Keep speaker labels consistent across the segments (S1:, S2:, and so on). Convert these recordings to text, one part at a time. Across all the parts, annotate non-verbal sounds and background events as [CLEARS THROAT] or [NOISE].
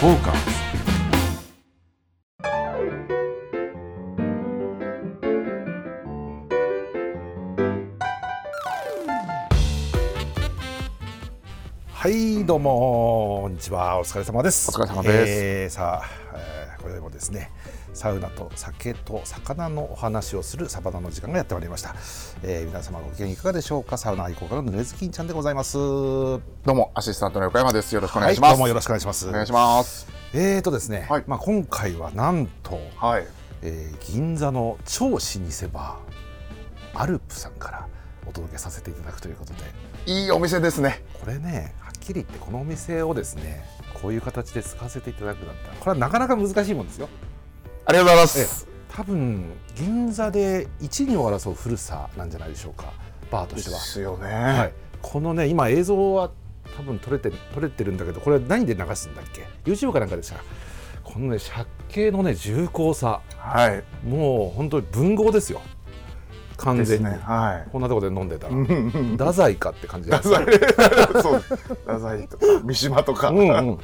S1: フォーカスはいどうもこんにちはお疲れ様です
S2: お疲れ様です
S1: えーさあ、えー、これもですねサウナと酒と魚のお話をするサバナの時間がやってまいりました、えー、皆様ご機嫌いかがでしょうかサウナ愛好家のぬれずきんちゃんでございますお
S2: どうもアシスタントの横山です。よろしくお願いします。
S1: どうもよろしくお願いします
S2: お願いします。
S1: えーとですね、
S2: はい
S1: まあ今回はなんと、
S2: はい。
S1: えー銀座の超老舗バーアルプさんからお届けさせていただくということで
S2: いいお店ですね。
S1: これねはっきり言ってこのお店をですねこういう形で使わせていただくなんてこれはなかなか難しいもんですよ
S2: ありがとうございま
S1: ええ。多分銀座で一二を争う古さなんじゃないでしょうかバーと
S2: で
S1: しては、
S2: すよね。
S1: はい、このね今映像は多分撮れて撮れてるんだけどこれ何で流すんだっけ YouTube かなんかでしたこのね借景のね重厚さ
S2: はい。
S1: もう本当に文豪ですよ完
S2: です
S1: 全に、
S2: ね。は
S1: こんなとこで飲んでたら
S2: い。うん。
S1: 太宰かって感じ
S2: ダ
S1: です
S2: サい。そう。ダサいとか三島とか、
S1: うんうん、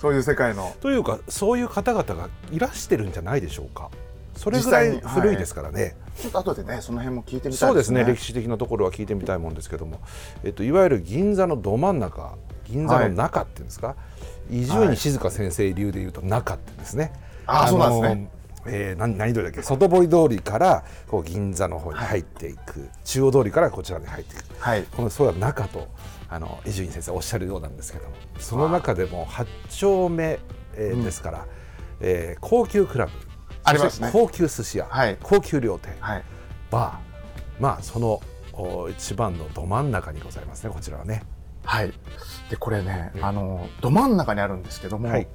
S2: そういう世界の。
S1: というかそういう方々がいらしてるんじゃないでしょうかそれぐらい
S2: 実際にはい
S1: 古いですからね、
S2: ちょっと後でね、その辺も聞いてみた
S1: そ
S2: いうで
S1: ですす
S2: ね。
S1: ね歴史的なところは聞いてみたいもんですけども、えっと、いわゆる銀座のど真ん中銀座の中っていうんですか伊集院静香先生流でいうと中っていうんですね。
S2: あー
S1: の
S2: そうなんで
S1: えー何何通りだっけ外堀通りからこう銀座の方に入っていく、中央通りからこちらに入っていく
S2: はい。
S1: このそうだ中とあの伊集院先生おっしゃるようなんですけどもその中でも8丁目、えー
S2: うん
S1: ですから、えー高級クラブ
S2: あります
S1: そ
S2: ね
S1: して高級寿司屋、
S2: はい
S1: 高級料亭、
S2: はい。
S1: バーまあそのお一番のど真ん中にございますねこちらはね
S2: はい。で、これね
S1: う、ん
S2: あの、ど真ん中にあるんですけども。
S1: はい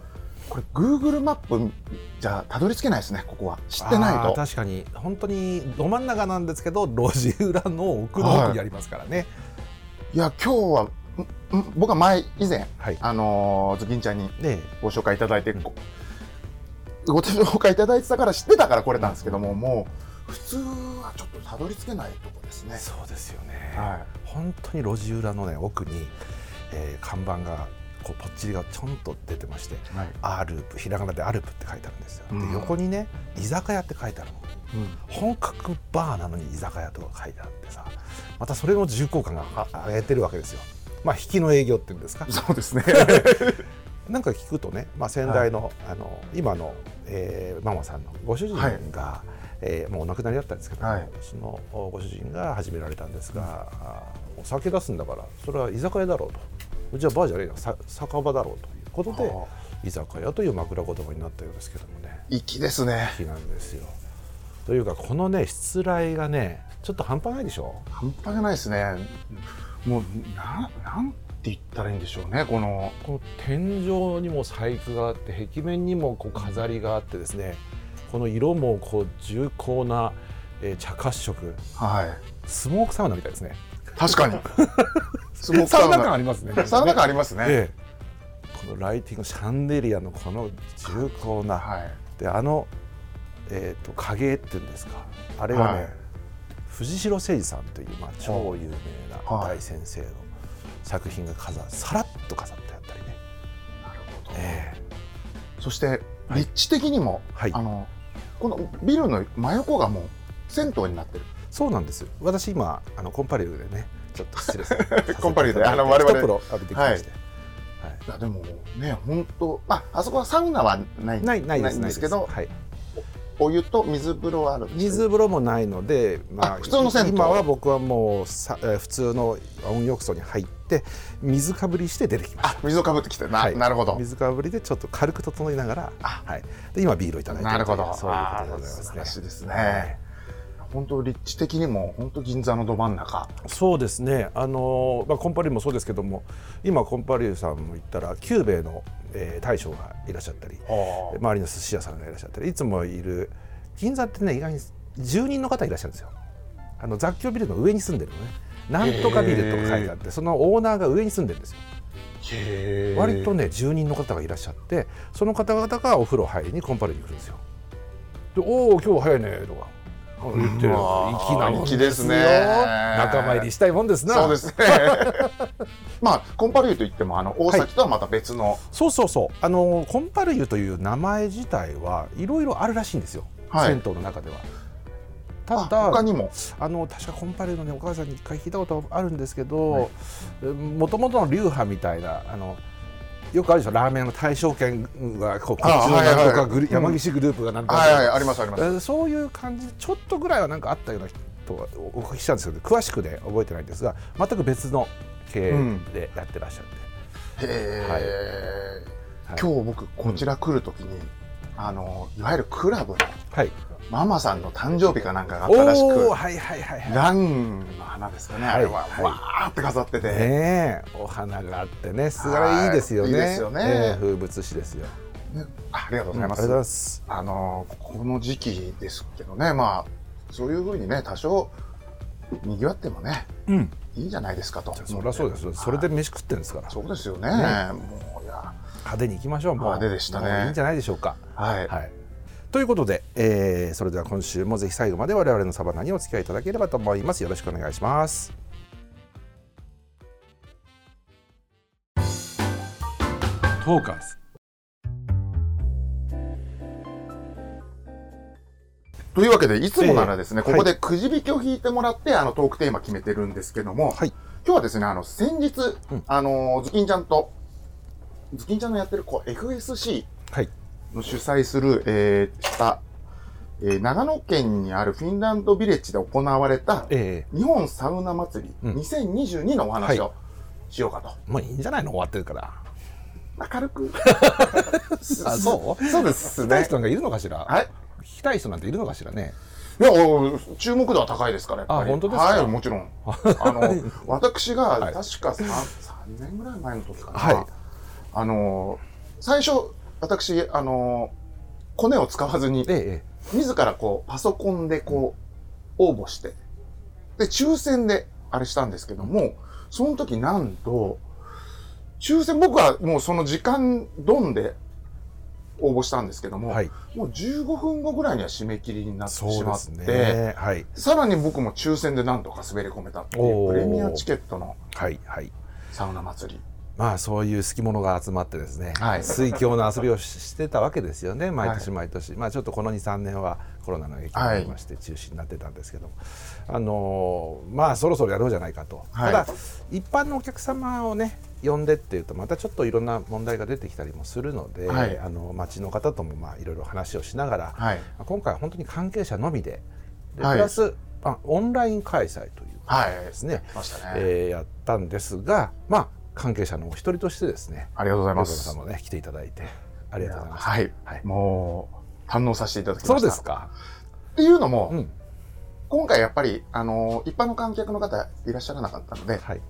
S2: これ Google マップじゃたどり着けないですねここは知ってない
S1: あー
S2: と
S1: 確かに本当にど真ん中なんですけど路地裏の奥の奥にありますからね
S2: いや今日はんん僕は前以前
S1: はい、
S2: あのー、ズキンちゃんに
S1: ね
S2: ご紹介いただいて、
S1: うん
S2: こご紹介いただいてたから知ってたから来れたんですけども、もう普通はちょっとたどり着けないとこですね。
S1: そうですよね、
S2: は
S1: 本当に路地裏のね奥に、えー看板がこうぽっちりがちょんと出てまして
S2: い、はい
S1: 「アルプ」ひらがなで「アルプ」って書いてあるんですよ、
S2: うん
S1: で横にね居酒屋って書いてあるの
S2: うん
S1: 本格バーなのに居酒屋とか書いてあってさまたそれの重厚感があ上げてるわけですよまあ引きの営業っていうんですか
S2: そうですね。
S1: なんか聞くとね、まあ、先代の,、あの今の、えーママさんのご主人が、えーもうお亡くなりだったんですけども、
S2: はい
S1: そのおご主人が始められたんですが、あーお酒出すんだからそれは居酒屋だろうとうちはバーじゃねえよさ酒場だろうということで
S2: は
S1: 居酒屋という枕言葉になったようですけどもね
S2: [LAUGHS] 粋ですね。
S1: 日なんですよ。というかこのね失礼がねちょっと半端ないでしょ
S2: 半端じゃないですね。もうななんて言ったらいいんでしょうねこの
S1: この天井にも細工があって壁面にもこう飾りがあってですねこの色もこう重厚な、えー茶褐色
S2: はい
S1: スモークサウナみたいですね
S2: 確か [LAUGHS] にスモーク
S1: サ
S2: サ
S1: ウ
S2: ウ
S1: ナ感あ
S2: ナ
S1: りますね
S2: サウナ感ありますね。
S1: ええこのライティングシャンデリアのこの重厚な
S2: はい。
S1: であの、えー、と影っていうんですかあれがね、
S2: はい
S1: 藤代誠二さんという、まあ、超有名な
S2: はい
S1: 大先生の作品が飾さらっと飾ってあったりね、
S2: なるほど。
S1: ええ
S2: そして
S1: はい
S2: 立地的にも、
S1: はい
S2: あのこのビルの真横がもう銭湯になってる。
S1: そうなんですよ私今あのコンパリルでねちょっと失礼させていただいて
S2: [LAUGHS] コンパリルであの我々
S1: 一風呂浴びてきまして、はい
S2: いやでもね本当ああそこはサウナはない
S1: ないないです
S2: ないんですけど
S1: はい、
S2: お湯と水風呂はあるんです
S1: 水風呂もないので、まあ、
S2: あ普通の銭湯
S1: 今は僕はもうさえー普通の温浴槽に入って水かぶりして出てきました
S2: あ水をかぶってきてな、
S1: はい
S2: なるほど
S1: 水かぶりでちょっと軽く整いながら、
S2: あ
S1: はい、で今ビールをいただいて
S2: なるほど
S1: そういうことでござい
S2: あー素晴
S1: ま
S2: ら
S1: す
S2: し
S1: ね
S2: いですね本当立地的にも本当銀座のど真ん中
S1: そうですねあのー、まあ、コンパリューもそうですけども今コンパリューさんも言ったら久兵衛の、えー大将がいらっしゃったり
S2: は
S1: 周りの寿司屋さんがいらっしゃったりいつもいる銀座ってね意外に住人の方いらっしゃるんですよあの雑居ビルの上に住んでるのねなんとかビルと書いてあってそのオーナーが上に住んでるんですよ
S2: へー
S1: 割とね住人の方がいらっしゃってその方々がお風呂入りにコンパルに来るんですよで「おお今日早いね」とか「言ってる
S2: うわ
S1: 粋なもんですよ
S2: 粋ですね
S1: 仲間入りしたいもんですな
S2: そうですね [LAUGHS] まあコンパルーといってもあの大崎とはまた
S1: [LAUGHS]
S2: 別の、
S1: そうそうそうあのコンパル湯という名前自体はいろいろあるらしいんですよ、
S2: はい
S1: 銭湯の中では。た
S2: あ他
S1: だ
S2: にも
S1: あの確かコンパル湯のねお母さんに一回聞いたことあるんですけどもともとの流派みたいなあのよくあるでしょラーメンの大象券がこうこっ
S2: あ
S1: ちのなんと
S2: はいは
S1: か
S2: い
S1: グル、山岸グループがなんとか、
S2: はいはいありますあります、
S1: えーそういう感じでちょっとぐらいはなんかあったような人はおお聞きしたんですけど詳しくで覚えてないんですが全く別の経営でやってらっしゃって、
S2: へえ、
S1: はい
S2: 今日僕こちら来るときに、あのいわゆるクラブの
S1: はい
S2: ママさんの誕生日かなんかがあったらし
S1: おー
S2: く
S1: はいはいはいはい
S2: ランの花ですかね、
S1: はい
S2: あれは、
S1: はい
S2: わーって飾ってて、
S1: ねえお花があってねすがらいいですよね
S2: はいいいですよね
S1: ええ風物詩ですよ
S2: ねありがとうございます、
S1: ありがとうございます
S2: あのこの時期ですけどねまあそういうふうにね多少にぎわってもね
S1: うん
S2: いいじゃないですかと
S1: そりゃそうですよそれで飯食ってるんですから
S2: そうですよねもういや
S1: 派手に行きましょうもう
S2: 派手でしたね
S1: もういいんじゃないでしょうか
S2: はい、
S1: はいということで、えーそれでは今週もぜひ最後まで我々のサバナにお付き合いいただければと思いますよろしくお願いしますトーカーズ
S2: というわけでいつもならですね、
S1: ええ
S2: ここでくじ引きを引いてもらってあのトークテーマ決めてるんですけども、
S1: はい
S2: 今日はですねあの先日、
S1: うん
S2: あのズキンちゃんとズキンちゃんのやってるこう FSC
S1: はい
S2: の主催する、えーした、えー長野県にあるフィンランドビレッジで行われた
S1: え
S2: 日本サウナ祭り
S1: うん
S2: 2022のお話
S1: は
S2: をしようかと、
S1: ー、もういいんじゃないの終わってるから
S2: 明るく
S1: [LAUGHS] あそう
S2: そうです
S1: 聞きたい
S2: ね
S1: 人なんかいるのかしら、
S2: はい
S1: 聞きたい人なんているのかしらね
S2: いやお注目度は高いですからやっぱり
S1: あ本当ですか
S2: はいもち
S1: [LAUGHS]
S2: ろんあの私が
S1: は
S2: 確
S1: い
S2: か 3, 3年ぐらい前の時かな、
S1: はい
S2: あの最初私あのコネを使わずに
S1: ええ
S2: 自らこうパソコンでこう応募してで抽選であれしたんですけどもその時なんと抽選僕はもうその時間どんで応募したんですけども、
S1: はい
S2: もう15分後ぐらいには締め切りになってし
S1: そう
S2: ま
S1: で
S2: っ
S1: す
S2: て、
S1: ねはい
S2: さらに僕も抽選でなんとか滑り込めたってい
S1: お
S2: う
S1: ー
S2: プレミアチケットの
S1: はいはい
S2: サウナ祭り
S1: まあそういう好き者が集まってですね、
S2: はい
S1: 水郷の遊びをししてたわけですよね毎年毎年、まあちょっとこの23年はコロナの影響がありまして中止になってたんですけども、あのーまあそろそろやろうじゃないかと、
S2: はい
S1: ただ一般のお客様をね呼んでっていうとまたちょっといろんな問題が出てきたりもするので、
S2: はい
S1: あの町の方ともまあいろいろ話をしながら、
S2: はい
S1: まあ今回は本当に関係者のみででプ
S2: はい
S1: ラス、あオンライン開催という
S2: はい
S1: ですね、
S2: ましたね、
S1: えーやったんですが、まあ、関係者のお一人としてですね、
S2: ありがとうござい
S1: 横
S2: ま
S1: 田さ
S2: す
S1: んもね、来ていただいて、ありがとうございます。
S2: はい、
S1: はい
S2: もう堪能させていただきまし
S1: そ
S2: た
S1: うですか。
S2: っていうのも、
S1: うん、
S2: 今回やっぱり、あの一般の観客の方いらっしゃらなかったので、
S1: はい、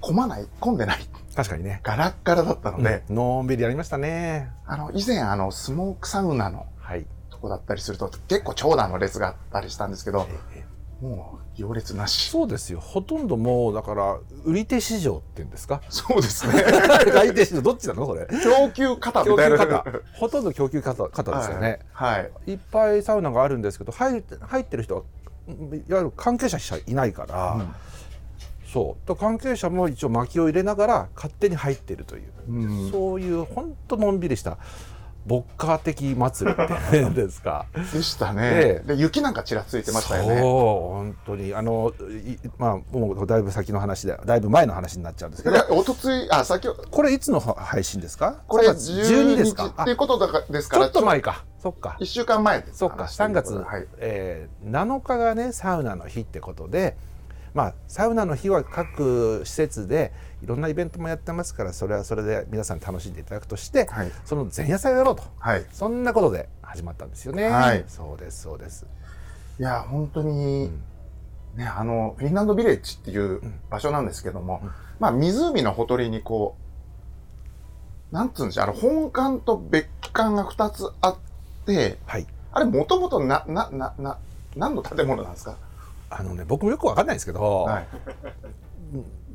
S2: 混まない、混んでない、
S1: 確かにね。
S2: ガラッガラだったので、
S1: うんのんびりやりましたね。
S2: あの、以前、あの、スモークサウナの
S1: はい。
S2: とこだったりすると、結構長蛇の列があったりしたんですけど、
S1: えー
S2: もう行列なし。。
S1: そうですよ。ほとんどもう、だから、売り手市場って言うんですか [LAUGHS]
S2: そうですね。
S1: 買い手市場、どっちなの、それ。
S2: 供給方み
S1: 供
S2: たい
S1: 給
S2: な。
S1: 方。ほとんど供給方、方ですよね。
S2: はい。はい。
S1: いっぱいサウナがあるんですけど入って入ってる人はうんいわゆる関係者しかいないから、
S2: うん
S1: そうと関係者も一応薪を入れながら勝手に入ってるという、
S2: うん
S1: そういう本当のんびりしたボッカー的祭りっていうんですか。
S2: でしたね
S1: え、
S2: で、雪なんかちらついてましたよ
S1: そう
S2: ね。
S1: 本当にあのいまあもうだいぶ先の話でだいぶ前の話になっちゃうんですけ
S2: い
S1: ど
S2: や、おとつい、あ、先ほど、
S1: これいつの配信ですか
S2: これ
S1: 3月12
S2: 12
S1: で
S2: 日
S1: すか
S2: っ
S1: あ
S2: ていうことだからです
S1: ち
S2: か
S1: ょ
S2: ら、
S1: っと前かそっか
S2: 1週間前です。
S1: そっか3月、
S2: はい。
S1: えー7日がねサウナの日ってことで、まあ、サウナの日は各施設でいろんなイベントもやってますからそれはそれで皆さん楽しんでいただくとして、
S2: はい。
S1: その前夜祭をやろうと
S2: はい。
S1: そんなことで始まったんですよね。
S2: はい
S1: そうですそうです。
S2: いや、本当
S1: う
S2: に、
S1: ん
S2: ね、あの、フィンランドビレッジっていう場所なんですけども、
S1: うん
S2: まあ、湖のほとりにこう、なんつうんでしょう、あの、本館と別館が2つあって、
S1: はい。
S2: あれ、もともとな、な、な、な、何の建物なんですか
S1: あのね僕もよくわかんないんですけど、
S2: はい。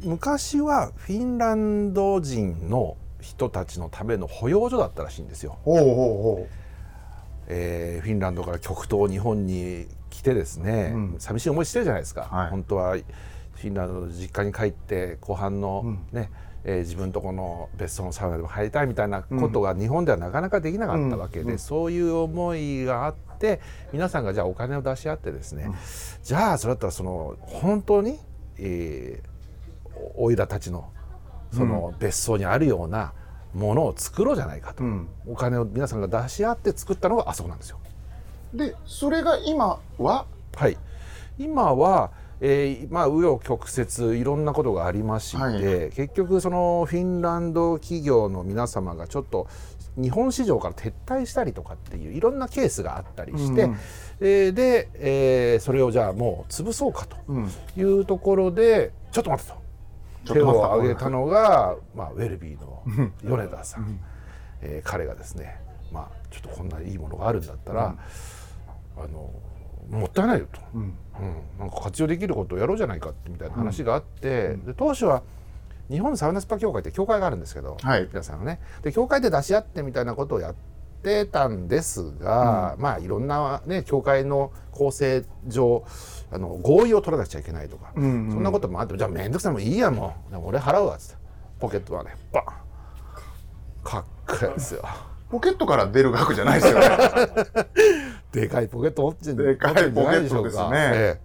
S1: 昔はフィンランド人の人たちのための保養所だったらしいんですよ。
S2: ほうほうほ
S1: えーフィンランドから極東日本に来てですね、
S2: うん
S1: 寂しい思いしてるじゃないですか、
S2: はい
S1: 本当はフィンランドの実家に帰って後半の
S2: うん
S1: ね、えー自分とこの別荘のサウナでも入りたいみたいなことが日本ではなかなかできなかったわけで、
S2: うん
S1: そういう思いがあって皆さんがじゃあお金を出し合ってですね、じゃあそれだったらその本当に、えーおおいらたちのその別荘にあるようなものを作ろうじゃないかと、
S2: うん
S1: お金を皆さんが出し合って作ったのがあそこなんですよ。
S2: で、それが今は、
S1: はい、今は、えーまあ紆余曲折いろんなことがありまして、
S2: はい
S1: 結局そのフィンランド企業の皆様がちょっと日本市場から撤退したりとかっていういろんなケースがあったりして、
S2: うんうん
S1: えーで、えーそれをじゃあもう潰そうかと
S2: うん、
S1: いうところでちょっと待ってと。
S2: ちょっ
S1: 手を
S2: と待った
S1: 挙げたのが、まあ、ウェルビーの米田さん、えー彼がですね、まあ、ちょっとこんないいものがあるんだったら、あのもったいないよと、
S2: うん、
S1: うん、なんか活用できることをやろうじゃないかってみたいな話があって、で当初は日本サウナスパ協会って協会があるんですけど、
S2: はい
S1: 皆さんのねで協会で出し合ってみたいなことをやってたんですが、まあいろんなね協会の構成上あの合意を取らなくちゃいけないとか、
S2: うんうん
S1: そんなこともあってじゃあ面倒くさいもういいやもうでも俺払うわっつってポケットはねバンかっこいいですよ。
S2: ポケットから出る額じゃないですよ
S1: [LAUGHS]
S2: ね。
S1: でかいポケット持ってん
S2: でかい
S1: 持ってんじゃないでしょうか
S2: ポケットですね
S1: え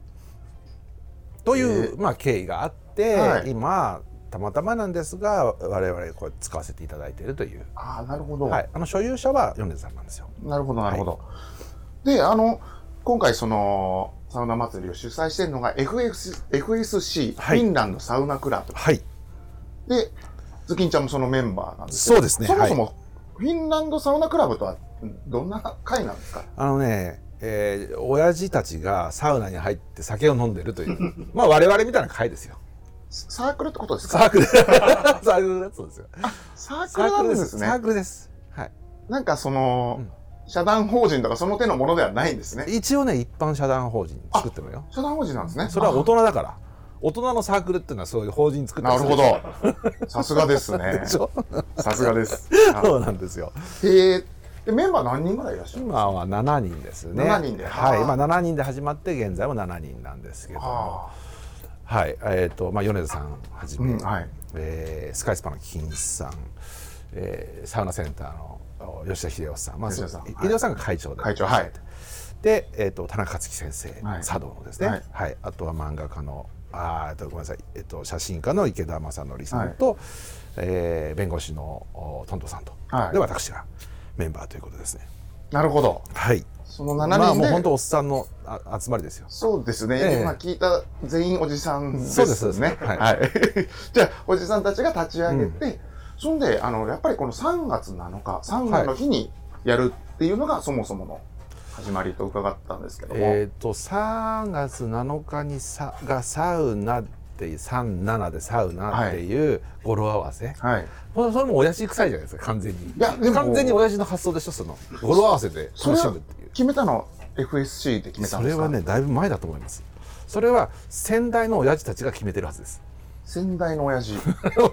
S1: えという、まあ、経緯があって、
S2: はい
S1: 今たまたまなんですが我々これ使わせていただいているという、
S2: ああ、なるほど。
S1: はい、あの所有者は米津さんなんですよ。
S2: なるほど、なるほど。で、あの、今回その、サウナ祭りを主催してるのが FX FSC、
S1: はい
S2: フィンランドサウナクラブ。
S1: はい
S2: で、ズキンちゃんもそのメンバーなんですけど
S1: そうですね
S2: そもそも、フィンランドサウナクラブとは、どんな会なんですか
S1: あのねえー親父たちがサウナに入って酒を飲んでるという
S2: [LAUGHS]
S1: まあ我々みたいな会ですよ
S2: サークルってことです
S1: サ
S2: か
S1: ークル [LAUGHS] サークルのやつですよ
S2: サークルなんです
S1: サー
S2: ね。
S1: クルですはい
S2: なんかその、社団法人とかその手のものではないんですね。
S1: 一応ね一般社団法人作ってるのよ
S2: 社団法人なんですね。
S1: それは大人だから大人のサークルっていうのはそういう法人作っ
S2: あ
S1: たり
S2: な
S1: す
S2: る
S1: る
S2: ほど。さすがですね
S1: [LAUGHS] で。しょ
S2: さすがです。
S1: [LAUGHS] そうなんですよ
S2: へえ。で、メンバー何人ぐらいいらっしゃる
S1: 今は7人ですね
S2: 7人で
S1: はい
S2: あー
S1: まあ、7人で始まって現在は7人なんですけども
S2: あ
S1: はいえっ、とまあ米津さんはじ
S2: あ。う
S1: め、
S2: ん、はい。
S1: えースカイスパの金さん、えーサウナセンターのお吉田秀夫さん、まあ、
S2: 吉
S1: そう
S2: 田
S1: い
S2: さんはい
S1: 秀夫さんが会長で
S2: 会長はい
S1: で、えー、と田中克樹先生、
S2: はい
S1: 茶道のですね、は
S2: はいい
S1: あとは漫画家のあーえっとごめんなさい、えっと写真家の池田正則さんと、えー弁護士のおトントさんと、
S2: はい
S1: で私がメンバーということですね。
S2: なるほど。
S1: はい、
S2: その7
S1: まあ
S2: 人
S1: もう
S2: で、
S1: 本当おっさんのあ集まりですよ。
S2: そうです
S1: え
S2: ね、
S1: え
S2: 今聞いた全員おじさんですね。
S1: そうですそうですは
S2: はいい。 [LAUGHS] じゃあ、おじさんたちが立ち上げて、そんで、あの、やっぱりこの3月7日、サウナの日にやるっていうのがそもそもの始まりと伺ったんですけども、
S1: えっ、と3月7日にさがサウナっていう37でサウナっていう語呂合わせ、
S2: はい。
S1: これそれも親父臭いじゃないですか完全に
S2: いやでも
S1: 完全に親父の発想でしょその語呂合わせで
S2: そ
S1: 楽
S2: れ
S1: し
S2: は
S1: むっていう
S2: 決めたの FSC で決めた
S1: そ
S2: んで
S1: れ
S2: すか
S1: はねだいぶ前だと思いますそれは先代の親父たちが決めてるはずです
S2: [LAUGHS] 先代の
S1: [LAUGHS]
S2: 親父。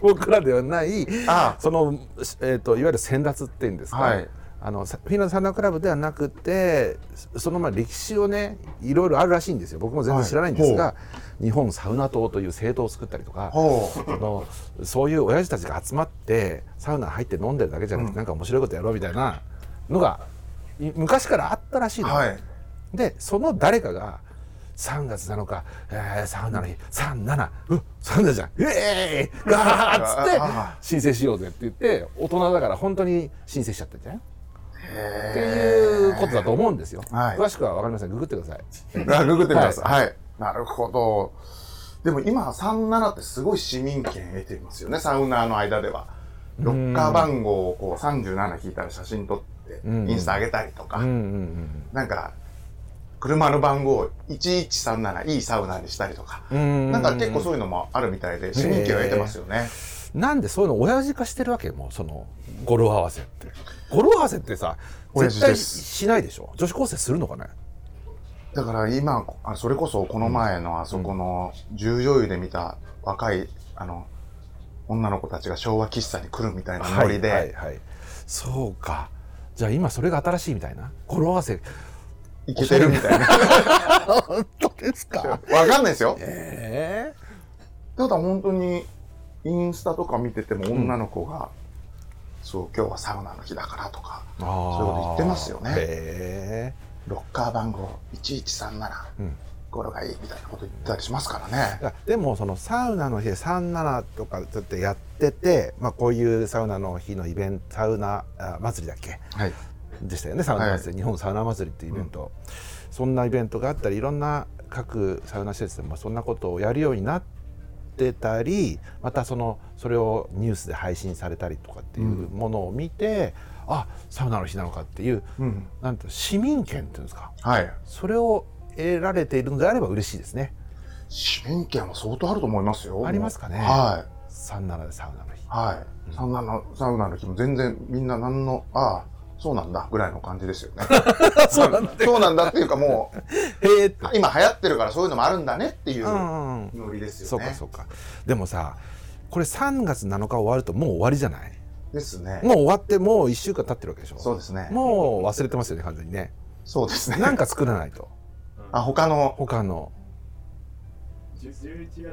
S1: 僕らではない
S2: ああ
S1: その、えー、といわゆる先達っていうんですか、
S2: はい
S1: あのさフィンランドサウナクラブではなくてそのまあ歴史をねいろいろあるらしいんですよ僕も全然知らないんですが、
S2: は
S1: 日本サウナ党という政党を作ったりとか、
S2: ほう。
S1: あのそういう親父たちが集まってサウナ入って飲んでるだけじゃなくて、なんか面白いことやろうみたいなのがい昔からあったらしいの、
S2: はい。
S1: でその誰かが3月7日、えー、サウナの日37うっサウナじゃんイエーイガーッつ
S2: あ
S1: って申請しようぜって言って大人だから本当に申請しちゃったんじゃないっていうことだと思うんですよ、
S2: はい
S1: 詳しくは分かりませんググってください
S2: [LAUGHS] あ、ググってみます。はい。なるほど。でも今、37ってすごい市民権得ていますよね、サウナーの間では。ロッカー番号をこう37引いたら写真撮って、
S1: ん
S2: インスタ上げたりとか、
S1: うんうんうん
S2: なんか、車の番号を1137いいサウナーにしたりとか、
S1: ん
S2: なんか結構そういうのもあるみたいで、市民権を得てますよね。
S1: なんでそういうの親父化してるわけもうその語呂合わせって語呂合わせってさ
S2: 親
S1: 絶
S2: 父
S1: 対
S2: です
S1: しないでしょ女子高生するのかね
S2: だから今、あそれこそこの前のあそこの十女湯で見た若い、あの、女の子たちが昭和喫茶に来るみたいなノリで、
S1: はいはいはいそうかじゃあ今それが新しいみたいな語呂合わせ
S2: いけてるみたいな。
S1: 本当です
S2: [LAUGHS] わ
S1: か
S2: かんないですよ。
S1: え
S2: ただ本当に、インスタとか見てても女の子が、そう、今日はサウナの日だからとか、
S1: え
S2: そういうこと言ってますよね
S1: へ
S2: ロッカー番号1137、
S1: うん
S2: 頃がいいみたいなこと言ったりしますからね
S1: え。でもそのサウナの日37とかだってやってて、まあ、こういうサウナの日のイベントサウナあ祭りだっけ
S2: はい。
S1: でしたよねサウナ祭り、日本サウナ祭りっていうイベント、そんなイベントがあったりいろんな各サウナ施設でもそんなことをやるようになってたりまたそのそれをニュースで配信されたりとかっていうものを見て、あサウナの日なのかっていう
S2: うん。
S1: なんと市民権っていうんですか
S2: はい。
S1: それを得られているのであれば嬉しいですね
S2: 市民権は相当あると思いますよ。
S1: ありますかね
S2: はい。
S1: 37でサウナの日。
S2: はい。
S1: うん
S2: サウナの、サウナの日も全然みんな何の、ああ、そうなんだ、ぐらいの感じですよね。 [LAUGHS] そうなんだ。そうなんだっていうかもう、
S1: へえって、
S2: 今流行ってるからそういうのもあるんだねっていううん
S1: うん
S2: ノリです
S1: そ
S2: よ
S1: う
S2: ね。
S1: かそうかでもさこれ3月7日終わるともう終わりじゃない
S2: ですね。
S1: もう終わってもう1週間経ってるわけでしょ
S2: そうですね。
S1: もう忘れてますよね完全にね
S2: そうですね。
S1: なんか作らないと
S2: あ、他の、
S1: 他の
S3: 11月26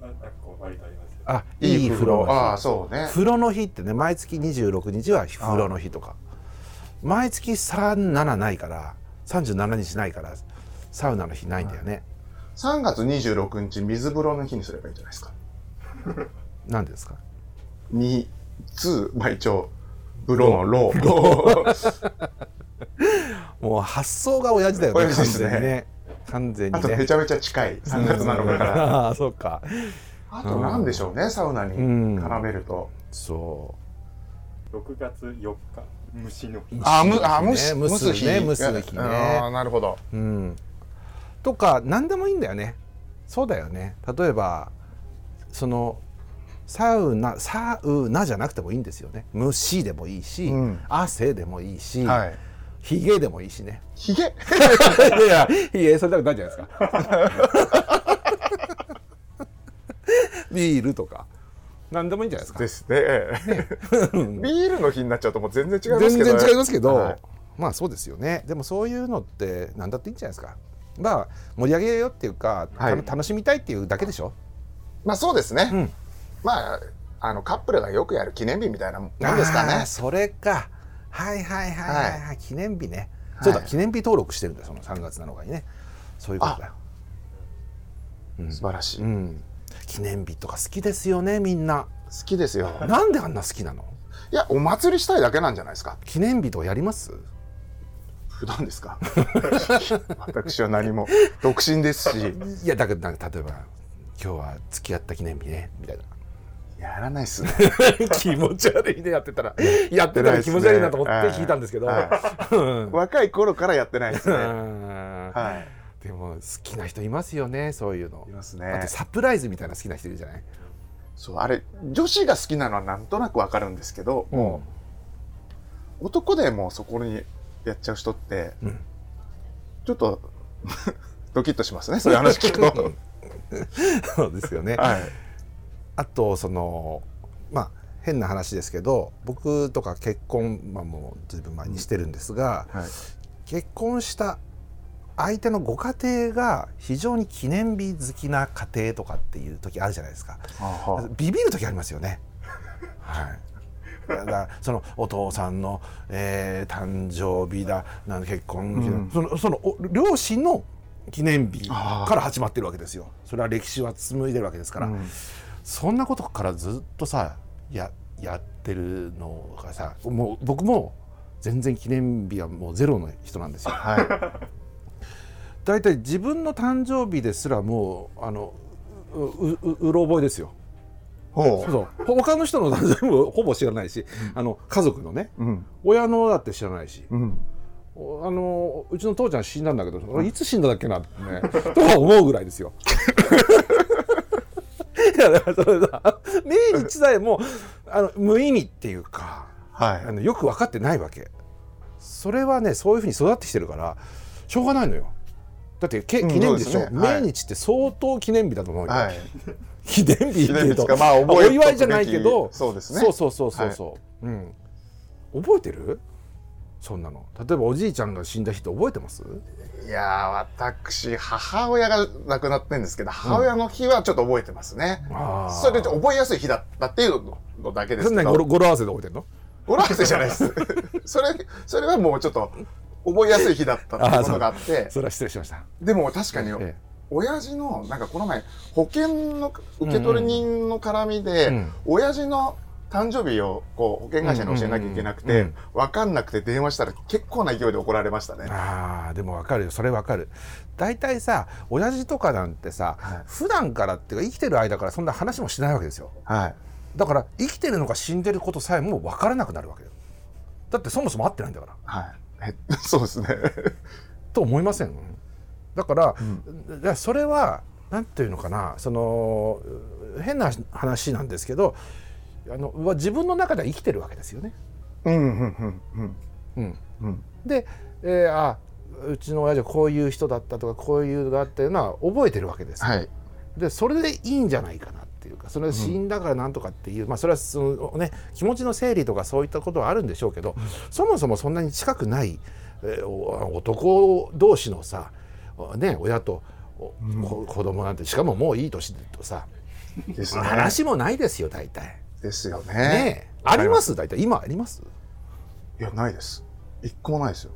S3: はなんかこう割とありますよ
S1: あいい風呂
S2: あ
S1: の
S2: あ、そうね
S1: 日。風呂の日ってね毎月26日は風呂の日とか毎月37ないから37日ないからサウナの日ないんだよね、
S2: 3月26日、水風呂の日にすればいいんじゃないですか。
S1: なんでですか
S2: に、つ、まあ一応、風呂のロー。
S1: もう発想が親父だよね
S2: 親父
S1: 完
S2: ですね
S1: 全にね完全にね
S2: [LAUGHS] あとめちゃめちゃ近
S1: [LAUGHS]
S2: い3月7日から。
S1: らああ [LAUGHS] そうか
S2: あと何でしょうね、サウナに
S1: うん
S2: 絡めると。
S1: そう
S3: 6月4日虫の日
S2: あ、む、あ、む
S1: 蒸
S2: し、
S1: す
S2: むす日
S1: ね蒸す日ね
S2: あーなるほど。
S1: うん、とか何でもいいんだよねそうだよね例えばそのサウナサウナじゃなくてもいいんですよね虫でもいいし、
S2: うん
S1: 汗でもいいし、
S2: はい。
S1: ひげでもいいし
S2: [LAUGHS]
S1: ね
S2: ひげ。
S1: いやひげそれだけないじゃないですか
S2: [LAUGHS]
S1: ビールとか何でもいいんじゃないですか
S2: です
S1: [LAUGHS]
S2: ね。ビールの日になっちゃうと、もう全然違いますけ
S1: 全
S2: ど、ね。
S1: 然違いますけど、
S2: はい
S1: まあそうですよねでもそういうのって何だっていいんじゃないですかまあ盛り上げようっていうか、
S2: はい
S1: た楽しみたいっていうだけでしょ、
S2: まあ、そうですね。
S1: うん
S2: まあ、あのカップルがよくやる記念日みたいなもんですか
S1: あ
S2: ね
S1: ー。それかはいはいはいはい、はい記念日ね、
S2: はい
S1: そうだ記念日登録してるんだよその3月7日にねそういうことだよ、うん
S2: 素晴らし
S1: う
S2: い。好
S1: ん、記念日とか好きですよねみんな
S2: きですよ。
S1: なんであんな好きなの
S2: いや、お祭りしたいだけなんじゃないですか。
S1: 記念日とかやります
S2: 普段ですか。 [LAUGHS] 私は何も独身ですし。
S1: いやだけどなんか例えば今日は付き合った記念日ねみたいな
S2: やらないっすね。
S1: 気持ち悪いねやって
S2: [LAUGHS]
S1: たらやってた
S2: ない
S1: ら
S2: です
S1: 気
S2: ね
S1: 持ち悪いなと思って聞いたんですけど、
S2: は
S1: うん
S2: 若い頃からやってないですね。は。
S1: はいい、 [LAUGHS] でも好きな人いますよねそういうの
S2: います
S1: だっ
S2: ね
S1: て。サプライズみたいな好きな人いるじゃない
S2: そうあれ女子が好きなのはなんとなくわかるんですけど、もう男でもうそこにやっちゃう人って、
S1: うん
S2: ちょっと [LAUGHS] ドキッとしますねそういう話聞くと。
S1: [LAUGHS] そうですよね。
S2: はい、
S1: あとそのまあ変な話ですけど僕とか結婚、まあ、もうずいぶん前にしてるんですが、
S2: はい
S1: 結婚した相手のご家庭が非常に記念日好きな家庭とかっていう時あるじゃないですか。ビビる時ありますよね。はい。だからそのお父さんの、えー誕生日だなん結婚の日だ、
S2: うん
S1: そのそのお両親の記念日から始まってるわけですよそれは歴史は紡いでるわけですから、
S2: うん
S1: そんなことからずっとさややってるのがさもう僕も全然記念日はもうゼロの人なんですよ
S2: はい、
S1: 大体自分の誕生日ですらもうあのううううろ覚えですよ
S2: ほ
S1: そうそうほ他の人
S2: [LAUGHS]
S1: の全部ほぼ知らないし、あの家族のね
S2: う、うん
S1: 親のだって知らないし
S2: うん、
S1: おあのうちの父ちゃん死んだんだけど俺いつ死んだだっけなってね [LAUGHS] とは思うぐらいですよ。 [LAUGHS] いやだからそれさ命日さえもあの無意味っていうかあ
S2: は
S1: のよく分かってないわけそれはねそういうふうに育ってきてるからしょうがないのよだってけ
S2: うん
S1: 記念日でしょ、
S2: そうですねはい
S1: 命日って相当記念日だと思う
S2: い
S1: よ、
S2: はい。
S1: 記念日って
S2: 記念
S1: いう
S2: 日です
S1: と
S2: か。まあ覚
S1: お
S2: えておくべき
S1: 祝いじゃないけど
S2: そうですね。
S1: そうそうそうそうそう、うん覚えてるそんなの例えばおじいちゃんが死んだ日って覚えてます
S2: いやー、私、母親が亡くなってんですけど、母親の日はちょっと覚えてますね。
S1: あー
S2: それで覚えやすい日だったっていうのだけです
S1: そんな
S2: け
S1: に語呂
S2: ど。
S1: 語呂合わせで覚えてんの
S2: 語呂合わせじゃない
S1: [LAUGHS]
S2: です。それ、それはもうちょっと、覚えやすい日だったっていうことがあって、
S1: それは失礼しました、
S2: でも確かに、
S1: え
S2: 親父の、なんかこの前、保険の受け取り人の絡み
S1: え
S2: で、
S1: うん
S2: 親父の誕生日をこう保険会社に教えなきゃいけなく
S1: う
S2: て
S1: ん、
S2: わかんなくて電話したら結構な勢いで怒られましたね。
S1: あーでもわかるよそれわかる大体さ親父とかなんてさ、
S2: はい
S1: 普段からっていうか生きてる間からそんな話もしないわけですよ
S2: はい。
S1: だから生きてるのか死んでることさえもう分からなくなるわけよだってそもそも会ってないんだから
S2: はい。え [LAUGHS] そうですね。
S1: と思いませんだから、
S2: う
S1: いやそれはなんていうのかなそのう変な話なんですけどあのうわ自分の中では生きてるわけですよね。
S2: うん、うん、うん、うん。
S1: うん、
S2: うん、
S1: で、えーあうちの親父はこういう人だったとかこういうのがあったような覚えてるわけです。
S2: はい。
S1: でそれでいいんじゃないかなっていうかそれは死んだからなんとかっていう、まあそれはその、ね、気持ちの整理とかそういったことはあるんでしょうけど、そもそもそんなに近くない、えーお男同士のさ、おね、親と、お
S2: うん
S1: こ子供なんてしかももういい年でとさ、
S2: ですね。
S1: 話もないですよ大体。
S2: ですよね。
S1: ねえあります大体今あります
S2: いや、ないです。一個もないですよ。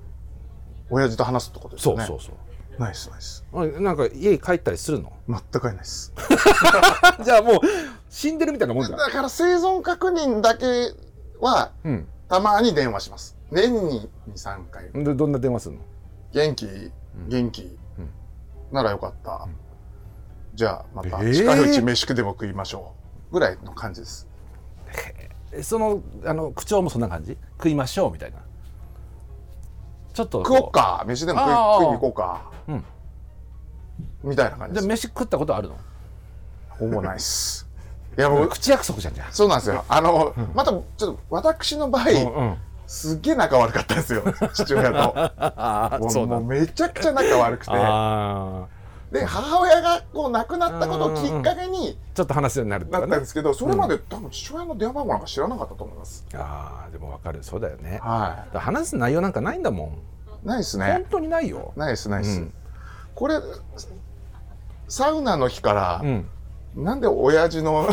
S2: 親父と話すってことです
S1: そ
S2: よ
S1: う
S2: ね。
S1: そう
S2: そ
S1: そう
S2: う。ないです、ないです。
S1: あ。なんか家に帰ったりするの
S2: 全くないです。
S1: [LAUGHS] じゃあもう死んでるみたいなもん
S2: だ
S1: だ。
S2: から生存確認だけは、
S1: うん、
S2: たまに電話します。年に2、3回。
S1: でどんな電話するの
S2: 元気元気、
S1: うん
S2: ならよかった。じゃあ、また
S1: えー
S2: 近いうち飯食でも食いましょう。ぐらいの感じです。
S1: えそのあの口調もそんな感じ食いましょうみたいなちょっとこ
S2: 食おっか飯でも食い
S1: あー
S2: 食いに行こうか、
S1: うん
S2: みたいな感
S1: じ
S2: じ
S1: ゃあ
S2: です
S1: 飯食ったことあるの
S2: ほぼないっすいやもう
S1: 口約束じゃんじゃん
S2: そうなんですよあの、またちょっと私の場合、
S1: うん
S2: すっげえ仲悪かったんですよ父親と
S1: あ
S2: も
S1: あ [LAUGHS]
S2: う
S1: そうな
S2: もうん
S1: だ
S2: めちゃくちゃ仲悪くて
S1: あ
S2: で母親がこう亡くなったことをきっかけに
S1: ーちょっと話になると
S2: なっ
S1: か
S2: たんで
S1: ね
S2: すけどそれまで多分父親の電話番号なんか知らなかったと思います、
S1: ああでもわかるそうだよね
S2: は
S1: だ話す内容なんかないんだもん
S2: いないです
S1: 本
S2: ね
S1: 当にないよ
S2: ないですないです、
S1: うん
S2: これサウナの日から、
S1: うん
S2: なんで親父の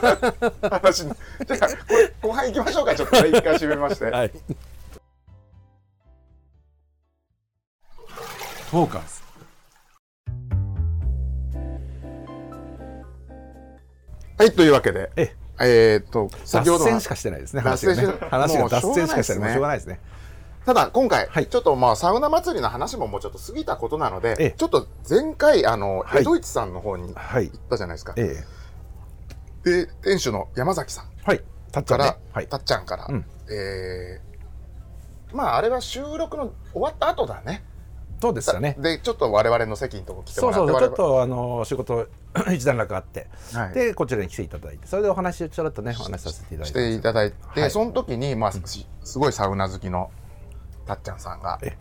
S2: [LAUGHS] 話に。てか、これ、後半行きましょうか、ちょっとね、一回締めまして。
S1: はい
S4: トーカーズ
S2: はい、というわけで、
S1: え
S2: えーっと、先ほ
S1: 脱
S2: どの
S1: 線し、かしてないですね
S2: 脱
S1: 話が
S2: 線し
S1: ね話
S2: も
S1: が
S2: うしょう
S1: 脱
S2: がな
S1: 線
S2: い
S1: しかしてないもう
S2: ですね
S1: しょうがないですね
S2: ただ今回、
S1: はい
S2: ちょっとまあ、サウナ祭りの話ももうちょっと過ぎたことなので、
S1: ええ
S2: ちょっと前回、あの、
S1: はい
S2: 江戸市さんの方に行っ
S1: はい
S2: たじゃないですか。
S1: ええ
S2: で、店主の山崎さん
S1: はいたっちゃ
S2: か
S1: んね
S2: ら、
S1: はい
S2: たっちゃんから、
S1: うん
S2: えーまあ、あれは収録の終わった後だね。
S1: そうでしたね
S2: で、ちょっと我々の席のとこ来て
S1: そう
S2: もらって、
S1: そうそうちょっ
S2: 我
S1: とあの仕事 [CLEARS THROAT] 一段落あって
S2: 々はい
S1: でこちらに来ていただいてそれでお話をちょろっとねお話しさせていただい
S2: してていただいて、
S1: はい
S2: その時に、まあ、しすごいサウナ好きのたっちゃんさんが
S1: え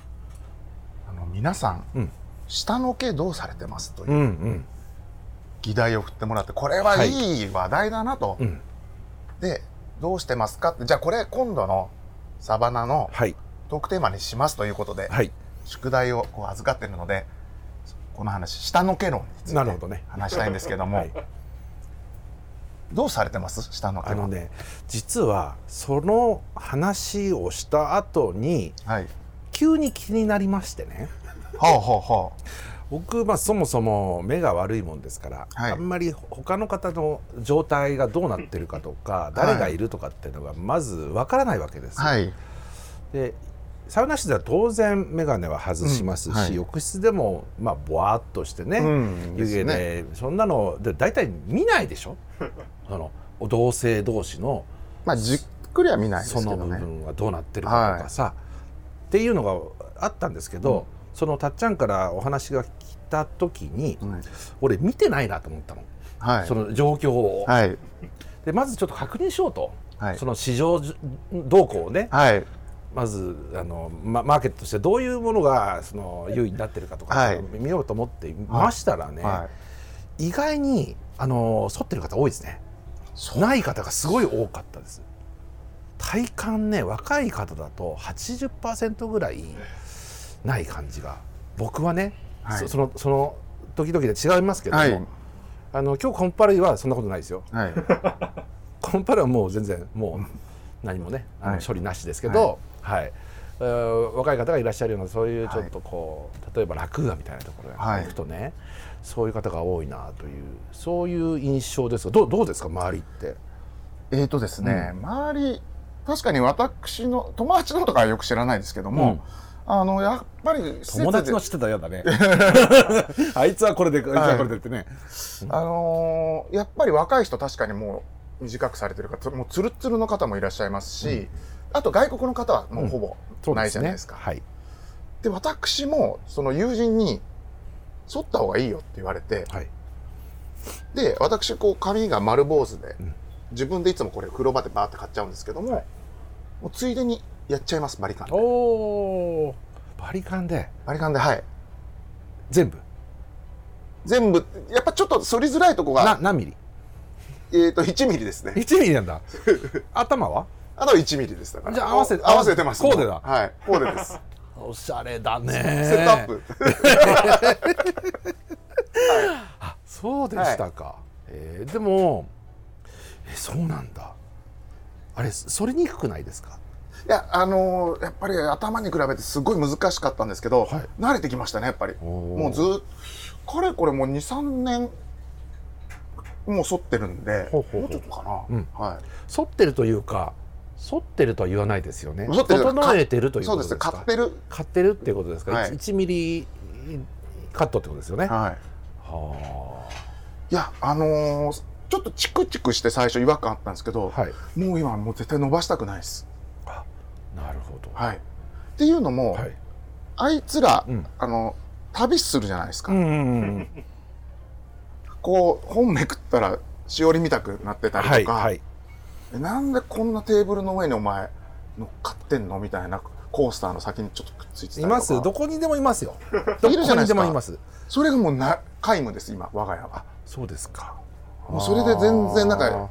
S2: 「あの皆さん、
S1: うん
S2: 下の毛どうされてます?」と
S1: う
S2: いうん
S1: うん
S2: 議題を振ってもらってこれはいい話題だなと。
S1: うん
S2: でどうしてますかってじゃあこれ今度のサバナの
S1: はい
S2: トークテーマにしますということで、
S1: はい
S2: 宿題をこう預かってるのでこの話下の毛論につい
S1: なる
S2: て
S1: ほどね
S2: 話したいんですけども、
S1: はい
S2: どうされてます下の毛
S1: あ
S2: 論
S1: のね実はその話をした後に
S2: はい
S1: 急に気になりましてね
S2: ほうほうほ
S1: 僕まあそもそも目が悪いもんですから、
S2: はい
S1: あんまり他の方の状態がどうなってるかとか誰がいるとかっていうのがまずわからないわけです
S2: う
S1: よ、
S2: はい
S1: でサウナ室では当然眼鏡は外しますし、
S2: うんはい
S1: 浴室でもまあぼわっとしてね、
S2: うん
S1: 湯気でそんなので大体見ないでしょ [LAUGHS] その同性同士の
S2: まあ、じっくりは見ないです
S1: そ
S2: け
S1: の
S2: ど
S1: 部
S2: ね。
S1: 分はどうなってるかとかさ、っていうのがあったんですけど、そのたっちゃんからお話が来た時に
S2: うん
S1: 俺見てないなと思ったの、
S2: はい
S1: そ。の状況を、
S2: はい。
S1: でまずちょっと確認しようと、
S2: はい
S1: そ。の市場動向をね
S2: はい。
S1: まずあのママーケットとしてどういうものがその優位になってるかとか、
S2: はい
S1: その見ようと思ってましたらね、
S2: はい。
S1: 意外にあの反ってる方多いですねない方がすごい多かったです体感ね若い方だと80%ぐらいない感じが僕はね、
S2: はい
S1: そそのその時々で違いますけども、
S2: はい
S1: あの今日コンパルイはそんなことないですよ [LAUGHS]
S2: はい。
S1: コンパルイはもう全然もう何もねあの
S2: はい
S1: 処理なしですけど、はいえー若い方がいらっしゃるようなそういうちょっとこう、例えば楽屋みたいなところに
S2: はい
S1: 行くとね、そういう方が多いなというそういう印象ですがどうどうですか周りって。
S2: えーとですね、周り、確かに私の、友達のとかはよく知らないですけども、あの、やっぱり施設で、
S1: 友達の知ってたら嫌だ
S2: [LAUGHS]
S1: ねあいつはこれであいつはこれでってね、
S2: あのーやっぱり若い人確かにもう短くされてる方、もうツルッツルの方もいらっしゃいますし、あと外国の方はもうほぼ
S1: そう
S2: ないじゃないですか。
S1: はい
S2: で私もその友人に剃った方がいいよって言われて
S1: はい
S2: で私こう髪が丸坊主で、
S1: うん
S2: 自分でいつもこれ風呂場でバーって買っちゃうんですけども,、もうついでにやっちゃいますバリカンで
S1: おおバリカンで
S2: バリカンではい
S1: 全部
S2: 全部やっぱちょっと剃りづらいとこ
S1: な
S2: が、
S1: 何ミリ
S2: えー、と1ミリですね
S1: 1ミリなん
S2: [LAUGHS]
S1: だ頭は
S2: あとは1ミリですだから
S1: じゃあ合わせ
S2: お合わせてます
S1: コーデだ
S2: はいコーデ
S1: [LAUGHS]
S2: です
S1: おしゃれだね
S2: セットアップ
S1: そうでしたか、えーでもえそうなんだあれそれにくくないですか
S2: いやあのーやっぱり頭に比べてすごい難しかったんですけど、
S1: はい
S2: 慣れてきましたねやっぱりも
S1: も
S2: うずーっと、かれこれもう2、3年、もう剃ってるんで、
S1: ほうほうほう
S2: もうちょっとかな。
S1: うん
S2: は
S1: 反ってるというか反ってるとは言わないですよね
S2: 反ってる
S1: 整えてると
S2: い。
S1: いう
S2: そ
S1: こ
S2: う
S1: とです
S2: です
S1: か
S2: ね、買ってる。
S1: 買ってるっていうことですか、
S2: はい
S1: 1, ミリカットってことですよね。は
S2: はい。
S1: あ
S2: いや、あのーちょっとチクチクして最初違和感あったんですけど、
S1: はい、
S2: もう今もう絶対伸ばしたくないです。
S1: なるほど。
S2: はい。っていうのも、
S1: はい
S2: あいつら、
S1: うん
S2: あの、旅するじゃないですか。
S1: んうん、
S2: こう、本めくったら、しおり見たくなってたり
S1: はい
S2: とか、
S1: はい
S2: えなんでこんなテーブルの上にお前乗っかってんのみたいな、コースターの先にちょっとくっついてたり
S1: い
S2: とか。
S1: ますどこにでもいますよどこ
S2: [LAUGHS] いるじゃない
S1: にです
S2: でか
S1: もいます
S2: それがもうな皆無です今我が家は
S1: そうですか
S2: もうそれで全然なんか
S1: あ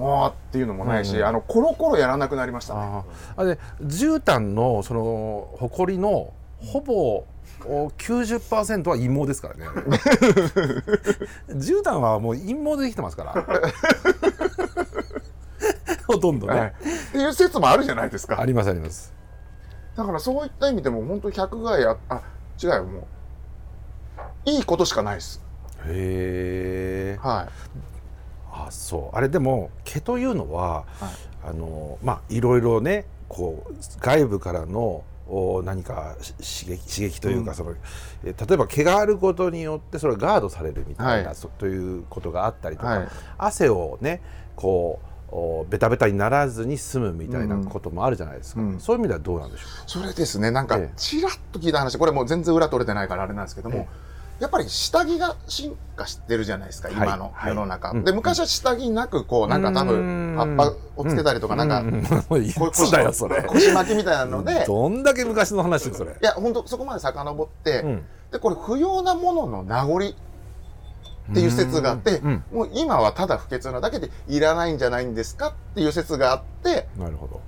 S2: もうっていうのもないし、
S1: うん
S2: あのコロコロやらなくなりましたね
S1: ーあで絨毯のその埃のほぼお90%は陰毛ですからね絨毯はもう陰毛でできてますからほとんどね、
S2: はい、っていう説もあるじゃないです
S1: あ
S2: か
S1: りますあります
S2: だからそういった意味でも本当百害ああ違うよもういいことしかないです
S1: へえ
S2: はい
S1: あそうあれでも毛というのは、
S2: はい
S1: あのまあいろいろねこう外部からのお何かし刺激刺激というか、
S2: うん
S1: そのえ例えば毛があることによってそれがガードされるみたいな、
S2: はい
S1: そということがあったりとか、
S2: はい
S1: 汗をねこうおベタベタにならずに済むみたいな
S2: うん
S1: こともあるじゃないですか、
S2: うん
S1: そういう意味ではどうなんでしょ
S2: それですねなんか
S1: ええ
S2: ちらっと聞いた話これもう全然裏取れてないからあれなんですけども、
S1: ええ
S2: やっぱり下着が進化してるじゃないですか、
S1: はい
S2: 今の世の中。
S1: はいうん
S2: で、昔は下着なく、こう、なんか多分、
S1: うん
S2: 葉っぱをつけたりと
S1: う
S2: か、なんか、
S1: うんい
S2: こ
S1: つだよそれ
S2: 腰巻きみたいなので、
S1: どんだけ昔の話よそれ、
S2: いや、本当そこまで遡って、
S1: ん、
S2: で、これ不要なものの名残っていう説があって、
S1: うんうん
S2: もう今はただ不潔なだけでいらないんじゃないんですかっていう説があって、
S1: なるほど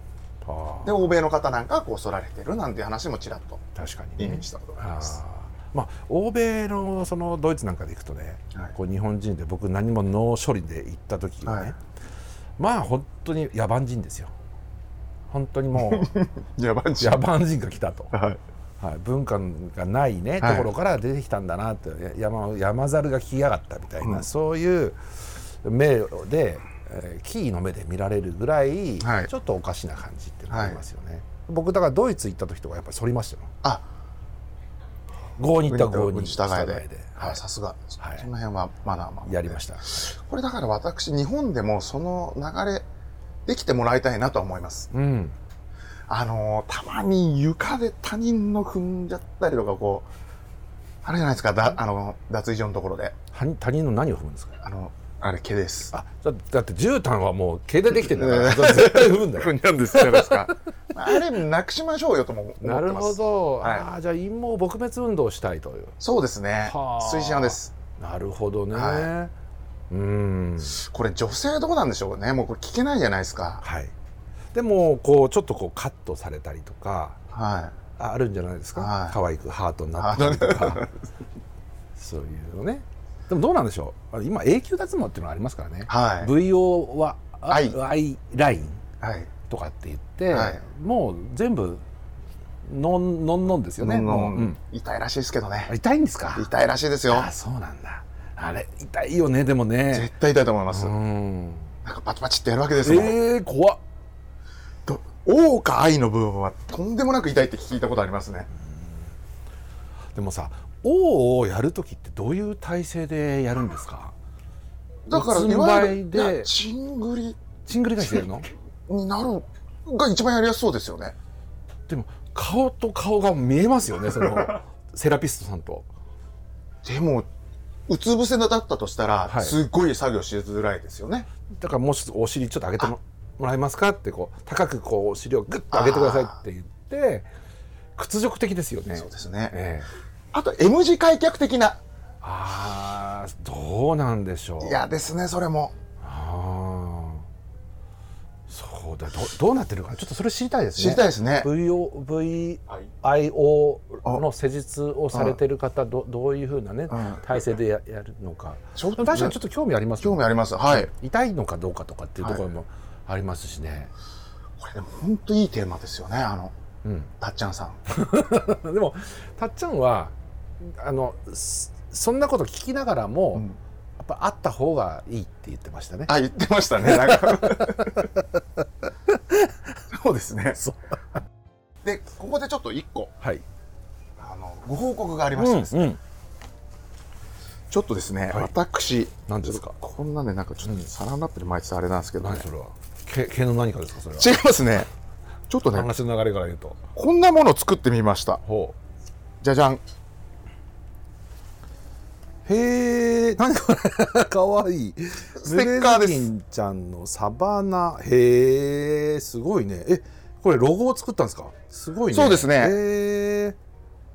S1: あー
S2: で、欧米の方なんかはこう剃られてるなんていう話もちらっと
S1: 確かにね
S2: 耳にしたことがあり
S1: あ
S2: ます。
S1: ーまあ欧米のそのドイツなんかで行くとね、
S2: はい
S1: こう日本人で僕何も脳処理で行った時はね、
S2: はい
S1: まあ本当に野蛮人ですよ本当にもう
S2: [LAUGHS] 野蛮人
S1: 野蛮人が来たと、
S2: はい。
S1: はい、文化がないねと
S2: はい
S1: ころから出てきたんだなって、山山猿が来やがったみたいな、
S2: うん
S1: そういう目で、えーキーの目で見られるぐらい、
S2: はい
S1: ちょっとおかしな感じっていうのがありますよね、僕だからドイツ行った時とかやっぱり反りましたよ
S2: あ、
S1: 郷に行った郷
S2: 国
S1: に
S2: に従いで。
S1: は
S2: はい、
S1: い
S2: さすが。そ
S1: はい
S2: の辺はマナーも。
S1: やりました。
S2: これだから私、日本でもその流れ、できてもらいたいなとは思います。
S1: うん。
S2: あのーたまに床で他人の踏んじゃったりとか、こう、あれじゃないですか、だあの脱衣所のところで。
S1: 他人他人の何を踏むんですか。
S2: あの、あれ、毛です。
S1: あ、だだって絨毯はもう毛でできてんだから、そ [LAUGHS] れ絶対踏むんだ
S2: [LAUGHS]
S1: よ。
S2: んじゃうんですじゃないですか。あれ、なくし [LAUGHS] ましょうよとも思ってま
S1: な
S2: す。
S1: るほ。ど。
S2: はい
S1: ああ、じゃあ陰謀撲滅運動をしたいという。
S2: そうですね。
S1: はあ
S2: 推進派です。
S1: なるほどね。
S2: は
S1: うーん。
S2: これ、女性どうなんでしょうね。もうこれ聞けないじゃないですか。
S1: はい。でもこうちょっとこうカットされたりとか
S2: は
S1: ああるんじゃないですか、
S2: はい
S1: 可愛くハートになったりとか [LAUGHS] そういうのねでもどうなんでしょうあれ今永久脱毛っていうのがありますからね
S2: い。、はい。
S1: VO はあ
S2: ア
S1: ア
S2: イ
S1: イライン
S2: はい。
S1: とかって言って、
S2: はい
S1: もう全部ノンノンノンですよね
S2: のんのん
S1: もううん
S2: 痛いらしいですけどね
S1: あ。痛いんですか
S2: 痛いらしいですよ。
S1: あそうなんだあれ痛いよねでもね
S2: 絶対痛いと思います。
S1: う
S2: なん
S1: ん
S2: かパチパチってやるわけですもん。
S1: えー、怖っ
S2: と王か愛の部分はとんでもなく痛いって聞いたことありますね。
S1: でもさ王をやる時ってどういう体勢でやるんですか
S2: だから、
S1: 四つん
S2: い
S1: 這い
S2: わ
S1: で
S2: ゆる、いやチングリ
S1: チングリ返しでやるの
S2: になるが一番やりやすそうですよね。
S1: でも顔と顔が見えますよねそのセラピストさんと
S2: でも、うつ伏せだったとしたら、
S1: はい
S2: すっごい作業しづらいですよね。
S1: だからもうちょっとお尻ちょっと上げてももらえますかってこう高くこうお尻をグッと上げてくださいって言って屈辱的ですよね
S2: そうですね。
S1: ええ
S2: あと、M 字開脚的な。
S1: あーどうなんでしょう
S2: いやですね、それも。
S1: ああそうだどどうなってるかなちょっとそれ知りたいですね
S2: 知りたいですね。
S1: VO
S3: はい。
S1: VIO の施術をされてる方どどういうふうなね
S2: うん
S1: 体勢でややるのか
S2: ちょっ
S1: 確かにちょっと興味あります
S2: 興味あります。はい。
S1: 痛いのかどうかとかっていうところもありますしね、
S2: これでも本当いいテーマですよね、あの、たっちゃんさん。
S1: うん、 [LAUGHS] でもたっちゃんはあのそそんなこと聞きながらも、
S2: うん
S1: やっぱあった方がいいって言ってましたね
S2: あ、言ってましたね。な
S1: [LAUGHS]
S2: んかそうですね。
S1: そう
S2: で、ここでちょっと一個、
S1: はい
S2: あの、ご報告があり
S1: う
S2: ましてですね、
S1: んうん
S2: ちょっとですね、
S1: はい
S2: 私、
S1: 何ですか
S2: こんなんでなんかちょっと皿になってる前ってあれなんですけど、
S1: 何
S2: ね
S1: それは毛毛の何かですかそれは
S2: 違いますね。ちょっとね、
S1: 話の流れから言うと
S2: こんなものを作ってみました。
S1: ほ
S2: じゃじゃん。
S1: うへえ何これかわいい
S2: ステッカー
S1: ヌレズ
S2: です
S1: キンちゃんのサバナへえすごいねえこれロゴを作ったんですかすごいね
S2: そうですね
S1: へえ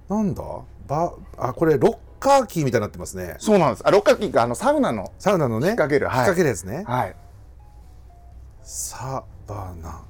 S1: なんだばあこれロッカーキーみたいになってますね
S2: そうなんです。あ、六角形があの、サウナの、
S1: サウナのね
S2: 引っ掛ける
S1: 引っ
S2: はい
S1: 掛けるやつね、
S2: はい。
S1: サバナ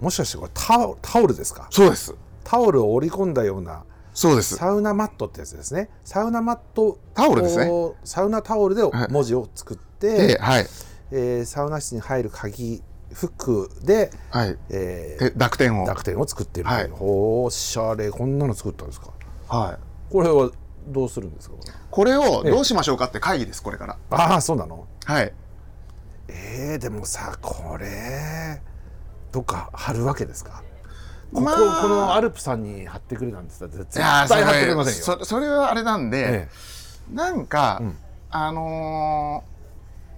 S1: もしかしてこれタオタオルですか
S2: そうです。
S1: タオルを織り込んだような
S2: そうです。
S1: サウナマットってやつですねサウナマット
S2: タオルですね
S1: をサウナタオルで
S2: い
S1: 文字を作って、
S2: で、はい。
S1: えーサウナ室に入る鍵フックで、
S2: はい。
S1: えー
S2: で濁点を。
S1: 濁点を作ってるという、
S2: はい
S1: おーしゃれこんなの作ったんですか
S2: はい。
S1: これはどうするんですかこれ
S2: これをどうしましょうかって会議です、これから。
S1: ああそうなの
S2: はい。
S1: えー、でもさこれどっか貼るわけですかここ,、
S2: まあ
S1: このアルプさんに貼ってくれなんて言ったら絶
S2: いやー
S1: 対貼ってくれませんよ
S2: それそれはあれなん
S1: え
S2: で、なんか、
S1: うん
S2: あの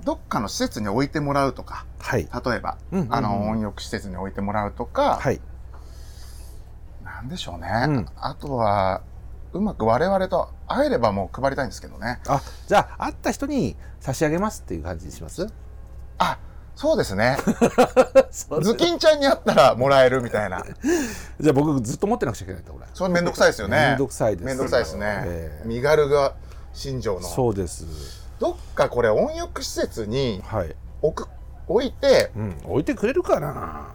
S2: ーどっかの施設に置いてもらうとか
S1: えはい
S2: 例えば、
S1: うんうんうん
S2: あの温浴施設に置いてもらうとか、
S1: はい
S2: なんでしょうね、
S1: うん
S2: あとはうまく我々と会えればもう配りたいんですけどね
S1: あじゃあ会った人に差し上げますっていう感じにします
S2: あそうで
S1: [LAUGHS]
S2: すね
S1: そう
S2: ズキンちゃんに会ったらもらえるみたいな
S1: じゃあ僕ずっと持ってなくちゃいけないんだこれ
S2: それめんどくさいですよね
S1: めんどくさいです
S2: めんどくさいですね、
S1: ええ
S2: 身軽が新庄の
S1: そうです
S2: どっかこれ温浴施設に
S1: はい、
S2: 置く置いて
S1: うん、置いてくれるかな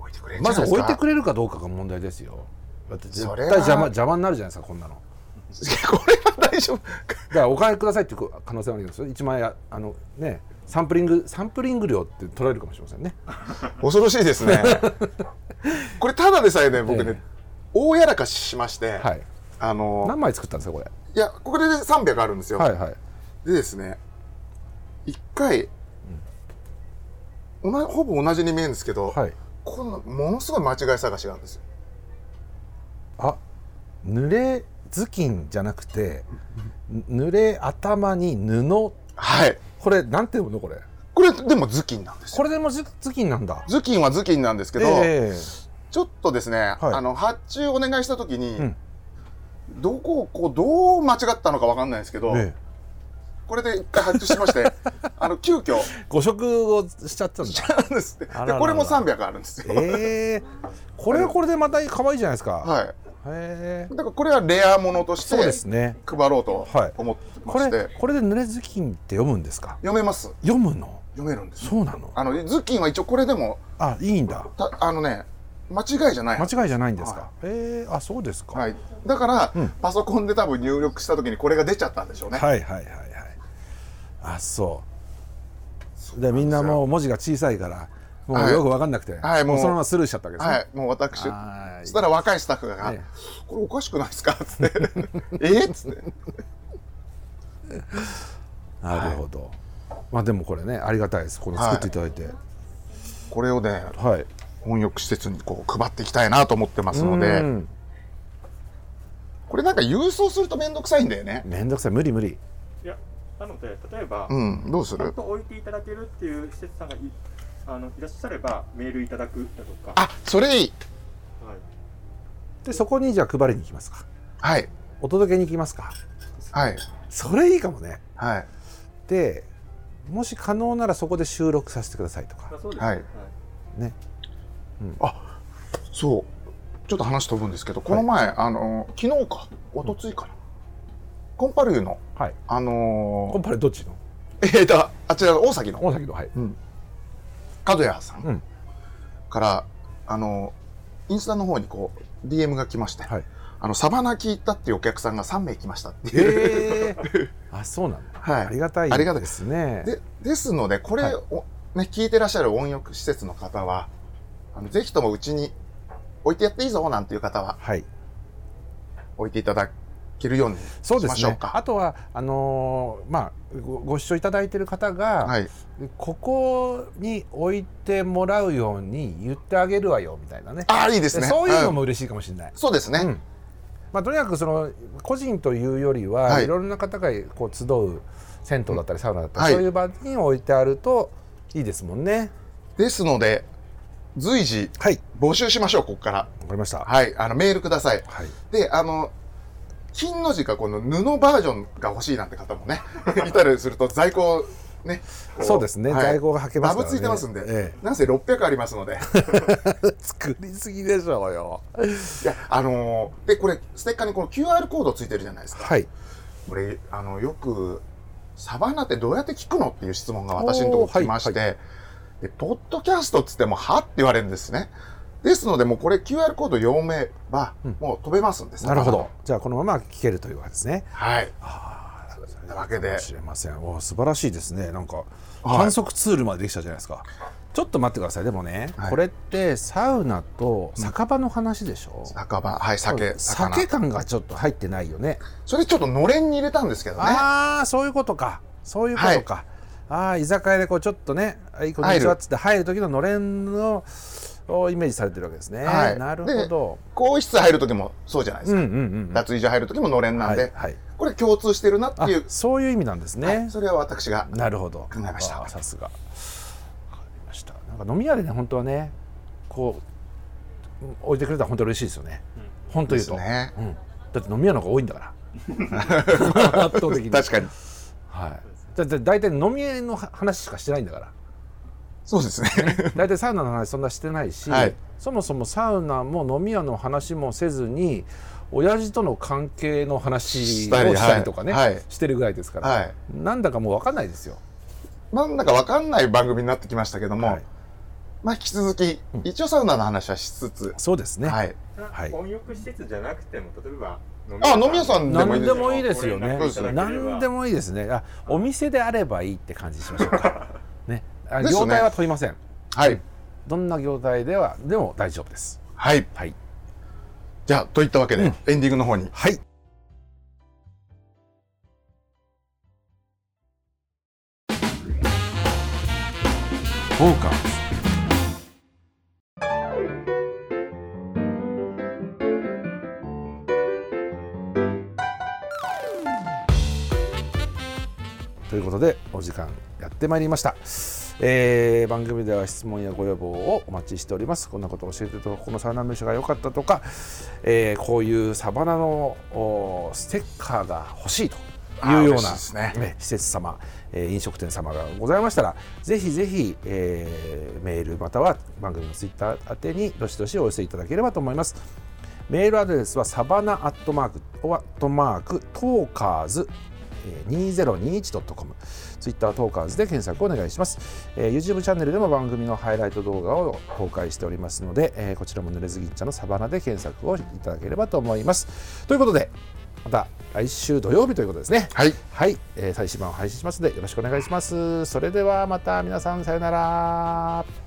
S2: 置いてくれるんじ
S1: ま
S2: ゃ
S1: ず
S2: ないですか
S1: 置いてくれるかどうかが問題ですよだって絶
S2: そ
S1: 対
S2: れは
S1: 邪魔邪魔になるじゃないですかこんなの
S2: [LAUGHS] これは大丈夫
S1: だからお金くださいっていう可能性もありますよ1万円あのねサンプリングサンプリング料って取られるかもしれませんね
S2: 恐ろしい
S1: [LAUGHS]
S2: ですねこれただでさえね僕ね、
S1: ええ
S2: 大やらかししまして、
S1: はい
S2: あの
S1: 何枚作ったんですかこれ
S2: いやこれで300あるんですよ、
S1: はいはい
S2: でですね一回、同じほぼ同じに見えるんですけど、
S1: はい
S2: このものすごい間違い探しがあるんですよ
S1: あ濡れ頭巾じゃなくてぬ濡れ頭に布
S2: はい
S1: これなんて読むのこれ
S2: これでも頭巾なんです
S1: これ
S2: よ
S1: でもず頭巾なんだ
S2: 頭巾は頭巾なんですけど、
S1: ええ
S2: ちょっとですね、あの発注お願いした時に、
S1: うん
S2: どこをこうどう間違ったのかわかんないんですけど、
S1: ええ
S2: これで一回発注しまして
S1: [LAUGHS]
S2: あの急遽
S1: 誤色をしちゃったんだ
S2: なんですって。で
S1: あららら
S2: これも300あるんですよ。
S1: ええこれはこれでまた可愛いじゃないですか、
S2: はい。
S1: へえ
S2: だからこれはレアものとして
S1: そうで
S2: 配
S1: すね
S2: ろうと
S1: はい
S2: 思ってま
S1: こ
S2: して、
S1: れこれで濡れ頭巾って読むんですか
S2: 読めます。
S1: 読むの
S2: 読めるんです。
S1: そうなの
S2: あの頭巾は一応これでも
S1: あいいんだ
S2: たあのね、間違いじゃない。
S1: 間違いじゃないんですか、えー、あそうですか、
S2: はい。だから、
S1: うん
S2: パソコンで多分入力した時にこれが出ちゃったんでしょうね。
S1: はいはいはいはいあそうでみんなもう文字が小さいからもうよく分かんなくて、
S2: はい
S1: もう
S2: もう
S1: そのままスルーしちゃったわけですね、
S2: はい。もう私、そ
S1: あー
S2: したら若いスタッフが
S1: ええ、
S2: これおかしくないです
S1: [LAUGHS]
S2: かつって。えっつって。
S1: なるほど、まあでもこれねありがたいですこの
S2: はい
S1: 作っていただいて
S2: これをね、
S1: はい、
S2: 翻訳施設にこう配っていきたいなと思ってますの
S1: う
S2: で、
S1: ん
S2: これなんか郵送するとめんどくさいんだよね。
S1: めんどくさい無理無理
S3: いや、なので、例えば、
S2: うん。どうす
S3: ちゃん
S2: る
S3: と置いていただけるっていう施設さんがいあのいらっしゃれば、メールいただくだとか、
S2: あ、それいい。
S3: はい、
S1: でそこにじゃあ配りに行きますか
S2: はい。
S1: お届けに行きますか
S2: はい。
S1: それいいかもね
S2: はい。
S1: でもし可能ならそこで収録させてくださいと
S3: あ
S1: か
S3: そうですね、
S2: はい
S3: はい
S1: ね
S2: そう。ちょっと話飛ぶんですけど、この前、あの、昨日か、一昨日かな。コンパルーの、
S1: はい
S2: あ
S1: コン
S2: の
S1: パレどっちの
S2: ー、えっと、あちら、大崎の。
S1: 大崎のはい
S2: 角谷さ
S1: うん
S2: んから、あのインスタの方にこう DM が来まして、
S1: はい
S2: あのサバナキ行ったっていうお客さんが3名来ましたっていう、
S1: え
S2: [LAUGHS]
S1: ー、あそうなんだ、
S2: はい
S1: ありがたい
S2: ありがたい
S1: ですね
S2: でですのでこれ
S1: はい
S2: を、ね、聞いてらっしゃる温浴施設の方はあのぜひともうちに置いてやっていいぞなんていう方は
S1: はい
S2: 置いていただけるように
S1: そうで
S2: しますしょう
S1: ね
S2: か
S1: あとはあのーまあごご視聴いただいている方が、
S2: はい
S1: ここに置いてもらうように言ってあげるわよみたいなね
S2: ああいいですね
S1: そういうの
S2: ん
S1: も嬉しいかもしれない、
S2: そうですね、
S1: うんまあ、とにかくその個人というよりは、、
S2: はいい
S1: ろんな方がこう集う銭湯だったりサウナだったり、
S2: はい
S1: そういう場に置いてあるといいですもんね。
S2: ですので随時
S1: はい、
S2: 募集しましょうここから
S1: わかりました。は
S2: はいあのメールください
S1: い、
S2: で、あの、金の字かこの布バージョンが欲しいなんて方もね、 [LAUGHS] いたりすると在庫ね。こ
S1: そうですね、
S2: はい
S1: 在庫がはけますから、ね、
S2: ダブついてますんで
S1: え
S2: なんせ600ありますので。
S1: え [LAUGHS] 作りすぎでしょうよ。
S2: いや、あのーで、これ、ステッカーにこの QR コードついてるじゃないですか。
S1: はい、
S2: これ、あの、よく、サバナってどうやって聞くのっていう質問が私のとこ
S1: おー
S2: ろ来まして、
S1: はい
S2: で、ポッドキャストっつっても、はって言われるんですね。ですので、もうこれ QR コード読めば、
S1: うん
S2: もう飛べますんです、
S1: なるほど。。じゃあこのまま聞けるというわけですね。
S2: はい。
S1: ああ、そう
S2: なわけで
S1: かもしれません。おー素晴らしいですね。なんか
S2: はい
S1: 反則ツールまでできたじゃないですか。ちょっと待ってください。でもね、
S2: はい
S1: これってサウナと酒場の話でしょ。
S2: 酒場、はい、酒、魚
S1: 酒感がちょっと入ってないよね。
S2: それちょっとのれんに入れたんですけどね。
S1: ああ、そういうことか。そういうことか。ああ、居酒屋でこうちょっとね、はい、こんにちはっつって入る時ののれんの。をイメージされてるわけですね。
S2: はい
S1: なるほど。
S2: 更衣室入る時もそうじゃないで
S1: う
S2: す
S1: ん
S2: か、
S1: うんうん。
S2: 脱衣所入る時ものれんなんで、
S1: はい、はい。
S2: これ共通してるなって
S1: あ
S2: いう、
S1: そういう意味なんですね。
S2: はいそれは私が
S1: なるほど。
S2: 考えました
S1: あーさすが。わかりました。なんか飲み屋でね、本当はね、こううん置いてくれたら本当嬉しいですよね。本当
S2: で
S1: 言う
S2: す
S1: と。
S2: ね
S1: うん。だって飲み屋の方が多いんだ
S2: [LAUGHS]
S1: から。圧倒的に。
S2: 確かに
S1: はい。だって大体飲み屋の話しかしてないんだ
S2: [LAUGHS]
S1: から。
S2: そうですね
S1: [LAUGHS] 大体サウナの話そんなしてないし、
S2: はい
S1: そもそもサウナも飲み屋の話もせずに親父との関係の話
S2: し
S1: を
S2: たり
S1: したりとかね、
S2: はいはい
S1: してるぐらいですから、
S2: はい
S1: なんだかもう分かんないですよ。
S2: なんだかわかんない番組になってきましたけども、
S1: はい
S2: まあ引き続き、
S1: うん
S2: 一応サウナの話はしつつ、
S1: そうですね、
S2: はい
S1: はい
S3: 温浴施設じゃなくても、例えば飲
S2: あ飲み屋さん
S1: 何でもいい
S3: で
S1: ですすよ
S3: よ
S1: ね
S2: そうですね。
S1: 何でもいいですね。あ、お店であればいいって感じしましょう
S2: [LAUGHS]
S1: か。ね、あ
S2: ですね
S1: 業態は問いません。
S2: はい
S1: どんな業態ではでも大丈夫です。
S2: はい
S1: はい。
S2: じゃあといったわけで、
S1: うん
S2: エンディングの方に
S1: はい。フォーカス。ということでお時間やってまいりました、えー番組では質問やご要望をお待ちしておりますこんなこと教えてとかこのサウナ飯が良かったとか、えーこういうサバナのおステッカーが欲しいというよう
S2: あー嬉しい
S1: な
S2: ですね
S1: ね施設様、えー飲食店様がございましたらぜひぜひ、えーメールまたは番組のツイッター宛てにどしどしお寄せいただければと思いますメールアドレスはサバナアットマーク、アットマーク、トーカーズ、えー 2021.com、Twitter トーカーズで検索お願いします、えー YouTube チャンネルでも番組のハイライト動画を公開しておりますので、えーこちらも濡れずぎんちゃんのサバナで検索をいただければと思います。ということで、また来週土曜日ということですね。
S2: はい。
S1: はい、えー最新版を配信しますのでよろしくお願いします。それではまた皆さんさようなら。